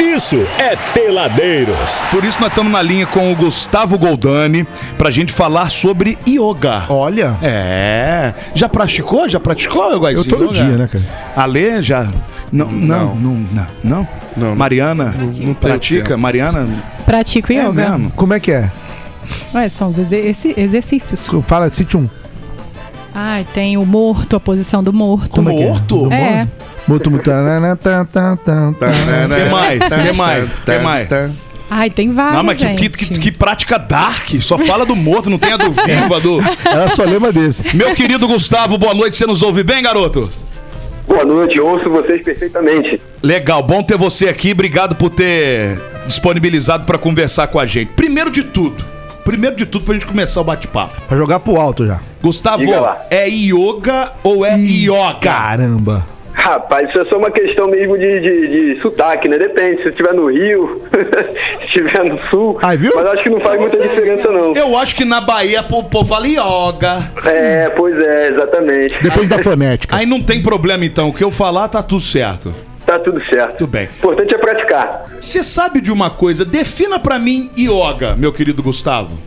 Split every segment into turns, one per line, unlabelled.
isso é Peladeiros.
Por isso nós estamos na linha com o Gustavo Goldani pra gente falar sobre yoga.
Olha.
É. Já praticou? Já praticou,
Eu
Goizinho?
todo dia, né, cara?
Ale já. Não, não, não, não. não?
Não, não.
Mariana
tenho
pratica?
tempo.
Mariana?
Pratico
É
yoga.
mesmo?
Como é que é?
Ué, são os exer- esse- exercícios.
Fala, cite um.
Ai, tem o morto, a posição do morto.
Como é que é?
Morto?
Do
É.
morto? Morto, morto, tanana, tan, tan, tan, tan.
Que mais? Que mais? Que mais?
Ai, tem vários.
Não, mas que, que,
gente.
que, que prática dark. Só fala do morto, não tem a do viva, do...
Ela só lembra desse.
Meu querido Gustavo, boa noite. Você nos ouve bem, garoto?
Boa noite, eu ouço vocês perfeitamente.
Legal, bom ter você aqui. Obrigado por ter disponibilizado pra conversar com a gente. Primeiro de tudo, primeiro de tudo, pra gente começar o bate-papo.
Pra jogar pro alto já.
Gustavo,
Diga lá.
é yoga ou é yoga?
Caramba.
Rapaz, isso é só uma questão mesmo de, de, de sotaque, né? Depende, se estiver no Rio, se estiver no Sul.
Ah, viu?
Mas acho que não faz muita diferença, não.
Eu acho que na Bahia o povo fala yoga.
É, pois é, exatamente.
Depende da fonética.
Aí não tem problema então, o que eu falar tá tudo certo.
Tá tudo certo.
Tudo bem.
O importante é praticar.
Você sabe de uma coisa, defina pra mim yoga, meu querido Gustavo.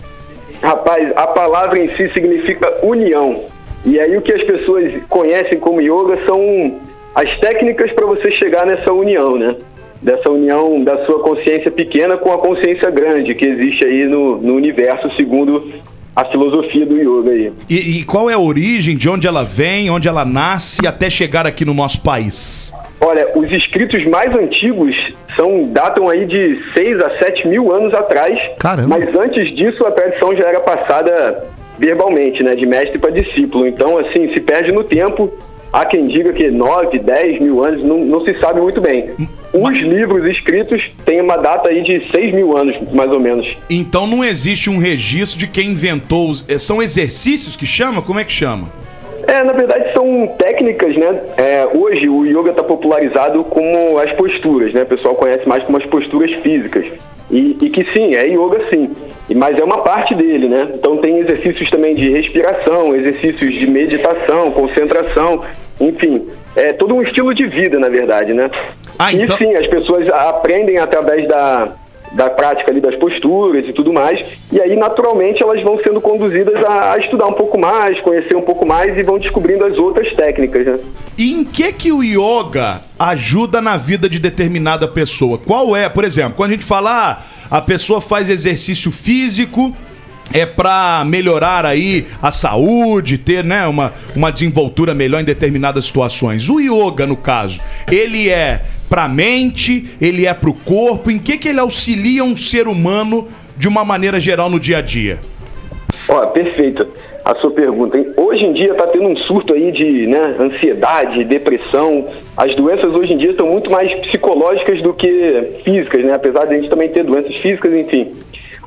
Rapaz, a palavra em si significa união. E aí o que as pessoas conhecem como yoga são as técnicas para você chegar nessa união, né? Dessa união da sua consciência pequena com a consciência grande que existe aí no, no universo, segundo a filosofia do yoga aí.
E, e qual é a origem, de onde ela vem, onde ela nasce, até chegar aqui no nosso país?
Olha, os escritos mais antigos são datam aí de 6 a 7 mil anos atrás.
Caramba.
Mas antes disso, a tradição já era passada verbalmente, né? De mestre para discípulo. Então, assim, se perde no tempo. Há quem diga que 9, 10 mil anos, não, não se sabe muito bem. Os livros escritos têm uma data aí de 6 mil anos, mais ou menos.
Então não existe um registro de quem inventou. Os... eh, São exercícios que chama? Como é que chama?
É, na verdade são técnicas, né? É, hoje o yoga está popularizado como as posturas, né? O pessoal conhece mais como as posturas físicas. E, e que sim, é yoga sim. E- Mas é uma parte dele, né? Então tem exercícios também de respiração, exercícios de meditação, concentração, enfim. É todo um estilo de vida, na verdade, né?
Ah,
E
então-
sim, as pessoas a- aprendem através da, da prática ali das posturas e tudo mais, e aí naturalmente elas vão sendo conduzidas a, a estudar um pouco mais, conhecer um pouco mais e vão descobrindo as outras técnicas, né?
E em que que o yoga ajuda na vida de determinada pessoa? Qual é, por exemplo, quando a gente fala, ah, a pessoa faz exercício físico é pra melhorar aí a saúde, ter, né, uma, uma desenvoltura melhor em determinadas situações. O yoga, no caso, ele é pra mente, ele é pro corpo, em que que ele auxilia um ser humano de uma maneira geral no dia a dia?
Ó, perfeito a sua pergunta. hein? Hoje em dia tá tendo um surto aí de né, ansiedade, depressão. As doenças hoje em dia estão muito mais psicológicas do que físicas, né? Apesar de a gente também ter doenças físicas, enfim.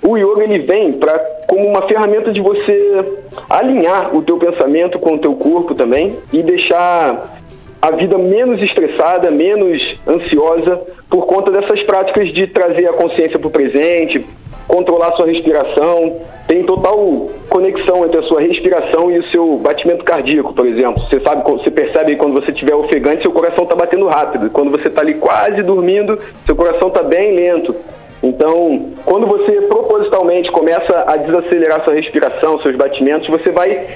O yoga ele vem pra, como uma ferramenta de você alinhar o teu pensamento com o teu corpo também e deixar a vida menos estressada, menos ansiosa por conta dessas práticas de trazer a consciência para o presente, controlar sua respiração. Tem total conexão entre a sua respiração e o seu batimento cardíaco, por exemplo. Você sabe, quando- você percebe aí quando você estiver ofegante, seu coração está batendo rápido. Quando você está ali quase dormindo, seu coração está bem lento. Então, quando você propositalmente começa a desacelerar sua respiração, seus batimentos, você vai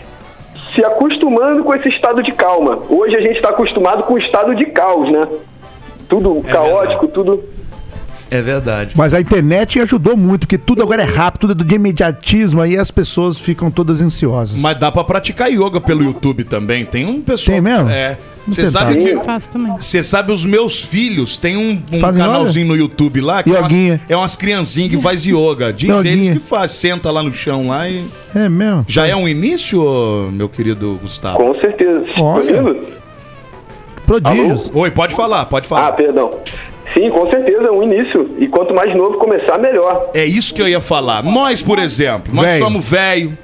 se acostumando com esse estado de calma. Hoje a gente está acostumado com o estado de caos, né? Tudo caótico, tudo.
É verdade.
Mas a internet ajudou muito, porque tudo agora é rápido, tudo é de imediatismo, aí as pessoas ficam todas ansiosas.
Mas dá pra praticar yoga pelo YouTube também. Tem um pessoal.
Tem mesmo?
É.
Vou
Você
tentar.
sabe que
Eu faço também.
Você sabe, os meus filhos têm um, um
Fazem
canalzinho no YouTube lá que é umas,
Yoguinha.
é umas criancinhas que faz yoga. Diz
Yoguinha.
eles que faz, senta lá no chão lá e.
É mesmo?
Já é um início, ô, meu querido Gustavo?
Com certeza.
Olha.
Tá vendo?
Prodígios.
Oi, pode falar, pode
Ah,
falar.
perdão. Sim, com certeza, é um início. E quanto mais novo começar, melhor.
É isso que eu ia falar. Nós, por exemplo, nós
Véio.
somos velho.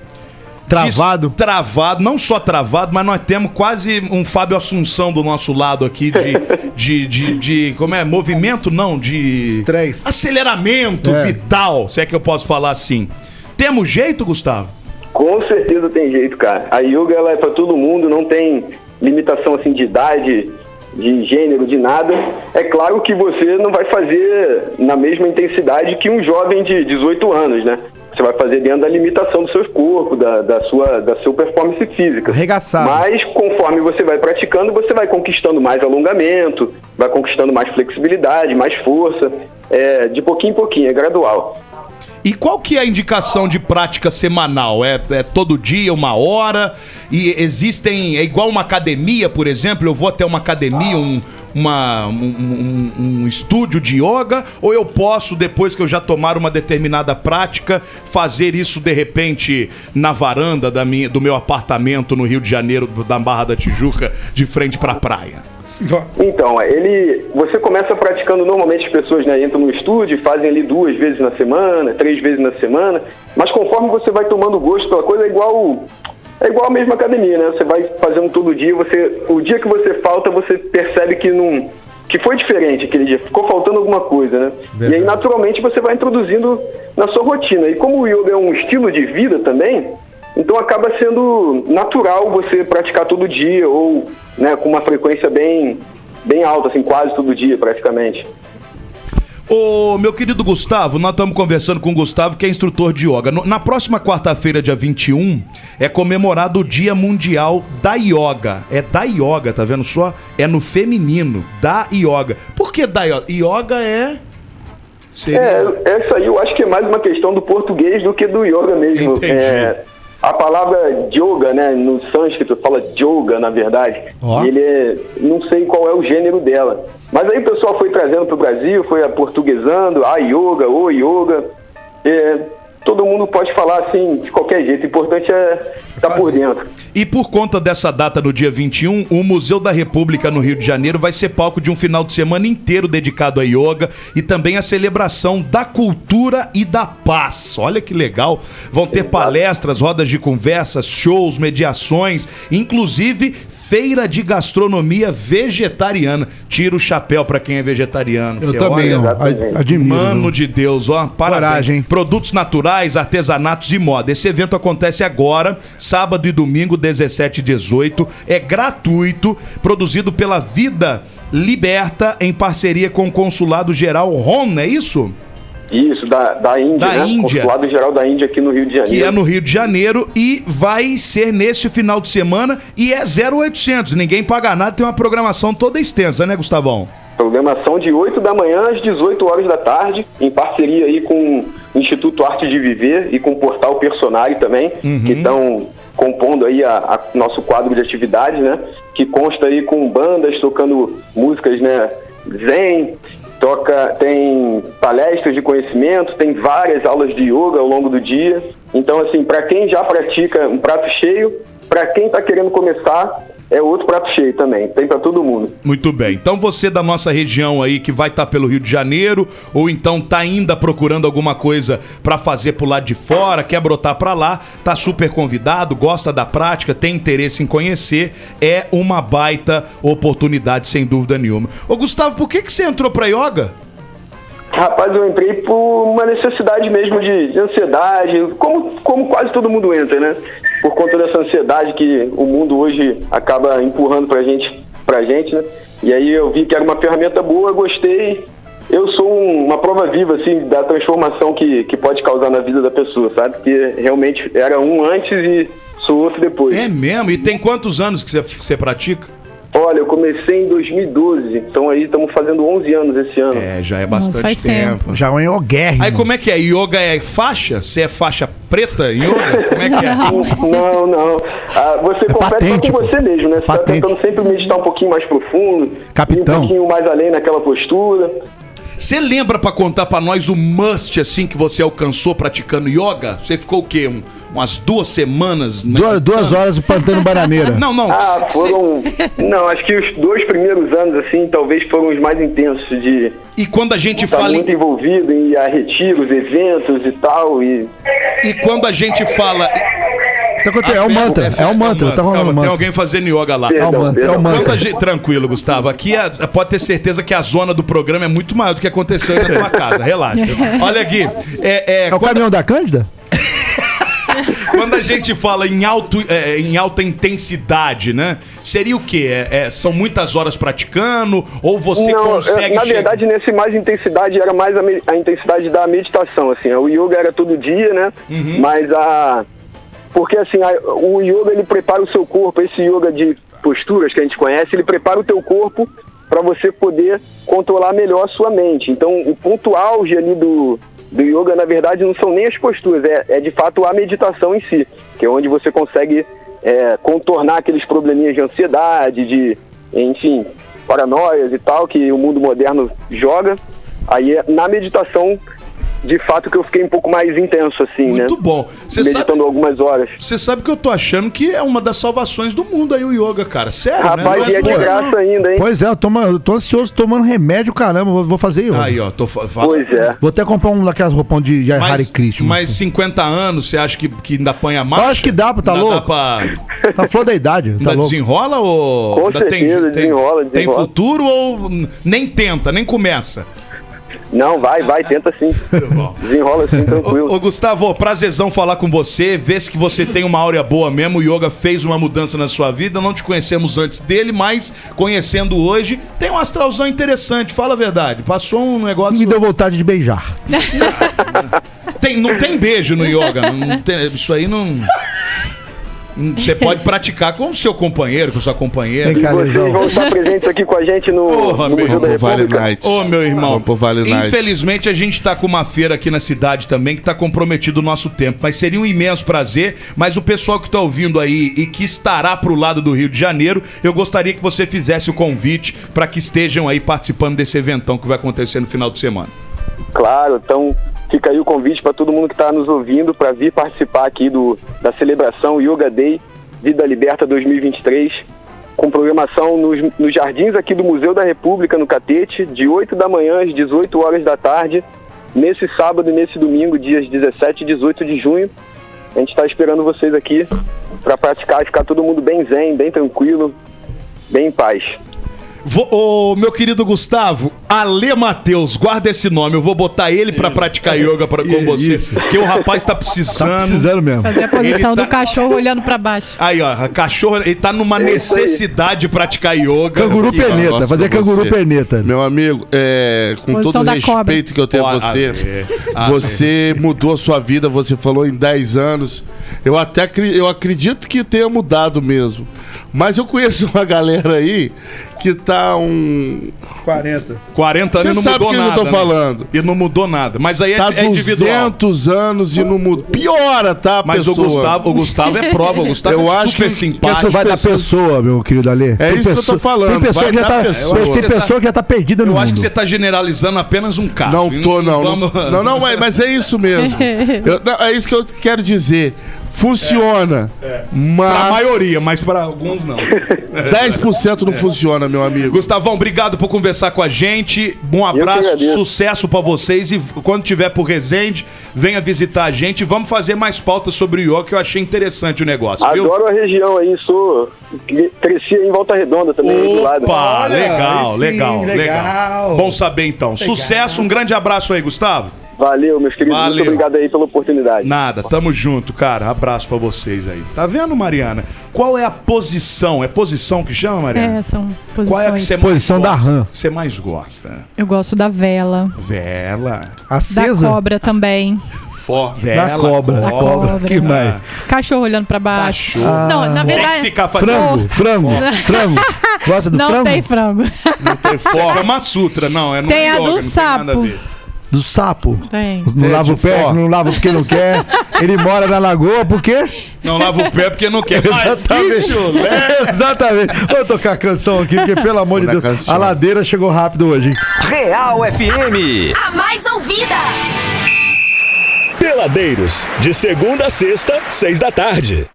Travado.
Isso, Travado, não só travado, mas nós temos quase um Fábio Assunção do nosso lado aqui de. de, de, de- como é? Movimento, não, de.
Estresse.
Aceleramento
É.
vital, se é que eu posso falar assim. Temos jeito, Gustavo?
Com certeza tem jeito, cara. A yoga ela é para todo mundo, não tem limitação assim de idade, de gênero, de nada. É claro que você não vai fazer na mesma intensidade que um jovem de 18 anos, né? Você vai fazer dentro da limitação do seu corpo, da, da sua, da sua performance física.
Arregaçado.
Mas conforme você vai praticando, você vai conquistando mais alongamento, vai conquistando mais flexibilidade, mais força. É, de pouquinho em pouquinho, é gradual.
E qual que é a indicação de prática semanal? É, é todo dia, uma hora? E existem. É igual uma academia, por exemplo? Eu vou até uma academia, um, uma, um, um- um estúdio de yoga? Ou eu posso, depois que eu já tomar uma determinada prática, fazer isso de repente na varanda da minha, do meu apartamento no Rio de Janeiro, da Barra da Tijuca, de frente pra praia?
Então, ele, você começa praticando normalmente as pessoas né, entram no estúdio, fazem ali duas vezes na semana, três vezes na semana, mas conforme você vai tomando gosto pela coisa, é igual é igual a mesma academia, né? Você vai fazendo todo dia, você o dia que você falta, você percebe que não que foi diferente aquele dia, ficou faltando alguma coisa, né? E aí naturalmente você vai introduzindo na sua rotina. E como o yoga é um estilo de vida também, então acaba sendo natural você praticar todo dia ou né, com uma frequência bem, bem alta, assim, quase todo dia praticamente.
Ô, meu querido Gustavo, nós estamos conversando com o Gustavo, que é instrutor de yoga. No- na próxima quarta-feira, dia 21, é comemorado o Dia Mundial da Yoga. É da yoga, tá vendo só? É no feminino, da yoga. Por que da yoga? Yoga é. Seria...
É, essa aí eu acho que é mais uma questão do português do que do yoga mesmo.
Entendi.
É, a palavra yoga, né, no sânscrito fala yoga, na verdade.
Ó.
E ele é, não sei qual é o gênero dela. Mas aí o pessoal foi trazendo para o Brasil, foi aportuguesando, a yoga, o yoga. É, todo mundo pode falar assim, de qualquer jeito. O importante é estar por dentro.
E por conta dessa data no dia 21, o Museu da República no Rio de Janeiro vai ser palco de um final de semana inteiro dedicado a yoga e também à celebração da cultura e da paz. Olha que legal! Vão ter palestras, rodas de conversas, shows, mediações, inclusive feira de gastronomia vegetariana. Tira o chapéu pra quem é vegetariano.
Eu
que
também,
olha,
ó, ad- admiro.
Mano de Deus, ó, parabéns.
Coragem.
Produtos naturais, artesanatos e moda. Esse evento acontece agora, sábado e domingo, 17 e 18. É gratuito, produzido pela Vida Liberta, em parceria com o Consulado Geral RON, é isso?
Isso, da, da Índia,
Da
né?
Índia.
Consulado Geral da Índia aqui no Rio de Janeiro.
Que é no Rio de Janeiro e vai ser neste final de semana e é 0800. Ninguém paga nada, tem uma programação toda extensa, né, Gustavão?
Programação de 8 da manhã às 18 horas da tarde, em parceria aí com o Instituto Arte de Viver e com o Portal Personari também, que estão compondo aí a, a nosso quadro de atividades, né? Que consta aí com bandas tocando músicas, né? Zen, toca, tem palestras de conhecimento, tem várias aulas de yoga ao longo do dia. Então, assim, para quem já pratica um prato cheio, para quem está querendo começar, é outro prato cheio também. Tem para todo mundo.
Muito bem. Então você da nossa região aí que vai estar pelo Rio de Janeiro ou então tá ainda procurando alguma coisa pra fazer pro lado de fora, quer brotar pra lá, tá super convidado, gosta da prática, tem interesse em conhecer, é uma baita oportunidade sem dúvida nenhuma. Ô Gustavo, por que que você entrou pra yoga?
Rapaz, eu entrei por uma necessidade mesmo de, de ansiedade, como, como quase todo mundo entra, né? Por conta dessa ansiedade que o mundo hoje acaba empurrando pra gente, pra gente, né? E aí eu vi que era uma ferramenta boa, eu gostei. Eu sou um- uma prova viva, assim, da transformação que, que pode causar na vida da pessoa, sabe? Porque realmente era um antes e sou outro depois.
É mesmo? E tem quantos anos que você, que você pratica?
Olha, eu comecei em 2012, então aí estamos fazendo 11 anos esse ano.
É, já é
Nossa,
bastante
faz
tempo.
tempo.
Já é um yoguérrimo.
Aí como é que é? Yoga é faixa? Você é faixa preta em yoga? Como é que é?
Não, não. Ah, você
É
compete
patente,
só com
pô.
você mesmo, né? Você está tá
Patente.
tentando sempre meditar um pouquinho mais profundo,
Capitão.
ir um pouquinho mais além naquela postura.
Você lembra pra contar pra nós o must assim que você alcançou praticando yoga? Você ficou o quê? Um- umas duas semanas?
Duas, duas horas plantando bananeira.
Não, não.
Ah,
cê-
foram. Não, acho que os dois primeiros anos, assim, talvez foram os mais intensos de
cê- E quando a gente
estar
fala
muito
em,
envolvido em ir a retiros, eventos e tal. E
e quando a gente fala
Tá acontecendo-
Ah,
é um mantra, é um mantra, tá rolando
Calma,
um
Tem
mantra.
alguém fazendo yoga lá.
É um mantra, é um
Quando a
mantra.
gente- Tranquilo, Gustavo. Aqui a- a- pode ter certeza que a zona do programa é muito maior do que aconteceu aí na tua casa. Relaxa. Olha aqui. É,
É
é,
o
quando-
caminhão da Cândida?
Quando a gente fala em, alto, é, em alta intensidade, né? Seria o quê? É, é, são muitas horas praticando? Ou você consegue.
eu- é, na
chegar-
verdade, nesse mais intensidade era mais a, me- a intensidade da meditação, assim. O yoga era todo dia, né?
Uhum.
Mas a. Porque assim, a- o yoga ele prepara o seu corpo, esse yoga de posturas que a gente conhece, ele prepara o teu corpo para você poder controlar melhor a sua mente. Então, o ponto auge ali do, do yoga, na verdade, não são nem as posturas, é, é de fato a meditação em si, que é onde você consegue é, contornar aqueles probleminhas de ansiedade, de, enfim, paranoias e tal, que o mundo moderno joga. Aí, é- na meditação, de fato, que eu fiquei um pouco mais intenso, assim, né?
Muito bom. Você
meditando
sabe,
algumas horas.
você sabe que eu tô achando que é uma das salvações do mundo aí, o yoga, cara. Sério, né?
Rapaz,
Não
e é de
zoeira,
graça
não.
ainda, hein?
Pois é, eu, tomo, eu tô ansioso tomando remédio, caramba. Vou, vou fazer yoga.
Aí, ó, tô fa- fala-
Pois é.
Vou até comprar um daquelas roupão de de Hare
Mas,
Krishna.
mas
assim.
50 anos, você acha que, que ainda apanha mais?
acho que dá, tá
Ainda Dá
louco?
pra...
Tá flor da idade, tá
Ainda
louco?
desenrola ou.
Com
ainda
certeza, desenrola,
Tem
desenrola.
futuro ou n- nem tenta, nem começa?
Não, vai, vai, tenta sim. Desenrola sim,
Ô, ô,
tranquilo.
Gustavo, prazerzão falar com você, ver se que você tem uma áurea boa mesmo, o yoga fez uma mudança na sua vida, não te conhecemos antes dele, mas conhecendo hoje, tem um astralzão interessante, fala a verdade, passou um negócio...
Me deu vontade de beijar.
Tem, não tem beijo no yoga, não tem- isso aí não... Você pode praticar com o seu companheiro, com sua companheira.
Vem
E
cá,
vocês
Lesão.
vão estar presentes aqui com a gente no,
Porra,
no
meu,
Museu da
Vamos pro Vale
República.
Night.
Ô, meu irmão,
Vamos pro Vale Night.
infelizmente a gente tá com uma feira aqui na cidade também que tá comprometido o nosso tempo, mas seria um imenso prazer, mas o pessoal que tá ouvindo aí e que estará pro lado do Rio de Janeiro, eu gostaria que você fizesse o convite para que estejam aí participando desse eventão que vai acontecer no final de semana.
Claro, então fica aí o convite para todo mundo que está nos ouvindo para vir participar aqui do, da celebração Yoga Day Vida Liberta 2023, com programação nos, nos jardins aqui do Museu da República, no Catete, de 8 da manhã às 18 horas da tarde, nesse sábado e nesse domingo, dias 17 e 18 de junho. A gente está esperando vocês aqui para praticar e ficar todo mundo bem zen, bem tranquilo, bem em paz.
Vou, ô, meu querido Gustavo, Ale Matheus, guarda esse nome, eu vou botar ele para praticar yoga pra, com você, porque o rapaz É. tá precisando.
Tá precisando mesmo.
Fazer a posição
Ele tá-
do cachorro olhando pra baixo.
Aí, ó, cachorro, ele tá numa
Isso aí.
necessidade de praticar yoga.
Canguru
Ih, ó,
peneta,
gosto
fazer
de
canguru
você.
né?
peneta.
Meu amigo, é, com
Posição
todo o
da cobra.
respeito que eu tenho
Ó,
a você,
a- a-
você mudou a sua vida, você falou em 10 anos. Eu até acri- eu acredito que tenha mudado mesmo. Mas eu conheço uma galera aí que tá um.
40.
40 anos
Você
e não
sabe
mudou
que eu
nada.
não tô
né?
falando.
E não mudou nada. Mas aí é,
Tá
é individual.
200 anos e não muda. Piora, tá,
Mas
pessoa?
o Gustavo, o Gustavo é prova, o Gustavo
Eu
é
acho
super
que- que
simpático.
essa
Vai da pessoa, meu querido Ale. É
isso que eu tô falando,
Tem pessoa,
vai
que já
da
tá,
pessoa.
tem
Você tá-
pessoa que já tá perdida no
Eu
mundo.
acho que você tá generalizando apenas um caso.
Não tô, não.
Vamos-
Não, não, não, mas, mas é isso mesmo. Eu- não, é isso que eu quero dizer. Funciona. Mas.
É. Pra maioria, mas pra alguns não.
10% não funciona, meu amigo.
Gustavão, obrigado por conversar com a gente. Um abraço,
agradeço.
sucesso pra vocês. E quando tiver por Resende, venha visitar a gente. Vamos fazer mais pautas sobre o yoga, que eu achei interessante o negócio, viu?
Adoro a região aí, sou. Cresci aí em Volta Redonda também, aí do lado.
Opa, legal,
aí sim,
legal, legal.
legal.
Bom saber então. Sucesso, um grande abraço aí, Gustavo.
Valeu, meus queridos.
Valeu.
Muito obrigado aí pela oportunidade.
Nada, tamo junto, cara. Abraço pra vocês aí. Tá vendo, Mariana? Qual é a posição? É posição que chama, Mariana?
É, são posições.
Qual é a que você
Posição
mais
da
gosta?
rã.
Que Você mais gosta?
Eu gosto da vela,
Vela.
Acesa?
da cobra também.
Vela.
cobra.
Da
Cobra,
cobra.
que mais?
Cachorro olhando pra baixo.
Cachorro.
Não,
Tem
na
que
Ah, verdade.
ficar fazendo.
Frango, frango, frango. Gosta do
Não
frango?
tem frango.
Frango. Kama Sutra, não. É não
Tem
é
a
yoga,
do
não nada a
sapo.
ver.
Do sapo.
Tem.
Não
É,
lava o
de
pé,
fora.
não lava porque não quer. Ele mora na lagoa porque.
Não lava o pé porque não quer. né? Mas, que chulé.
Exatamente. Vou tocar a canção aqui, porque pelo amor de
Vou dar
Deus,
canção.
a ladeira chegou rápido hoje, hein?
Real FM.
A mais ouvida.
Peladeiros, de segunda a sexta, seis da tarde.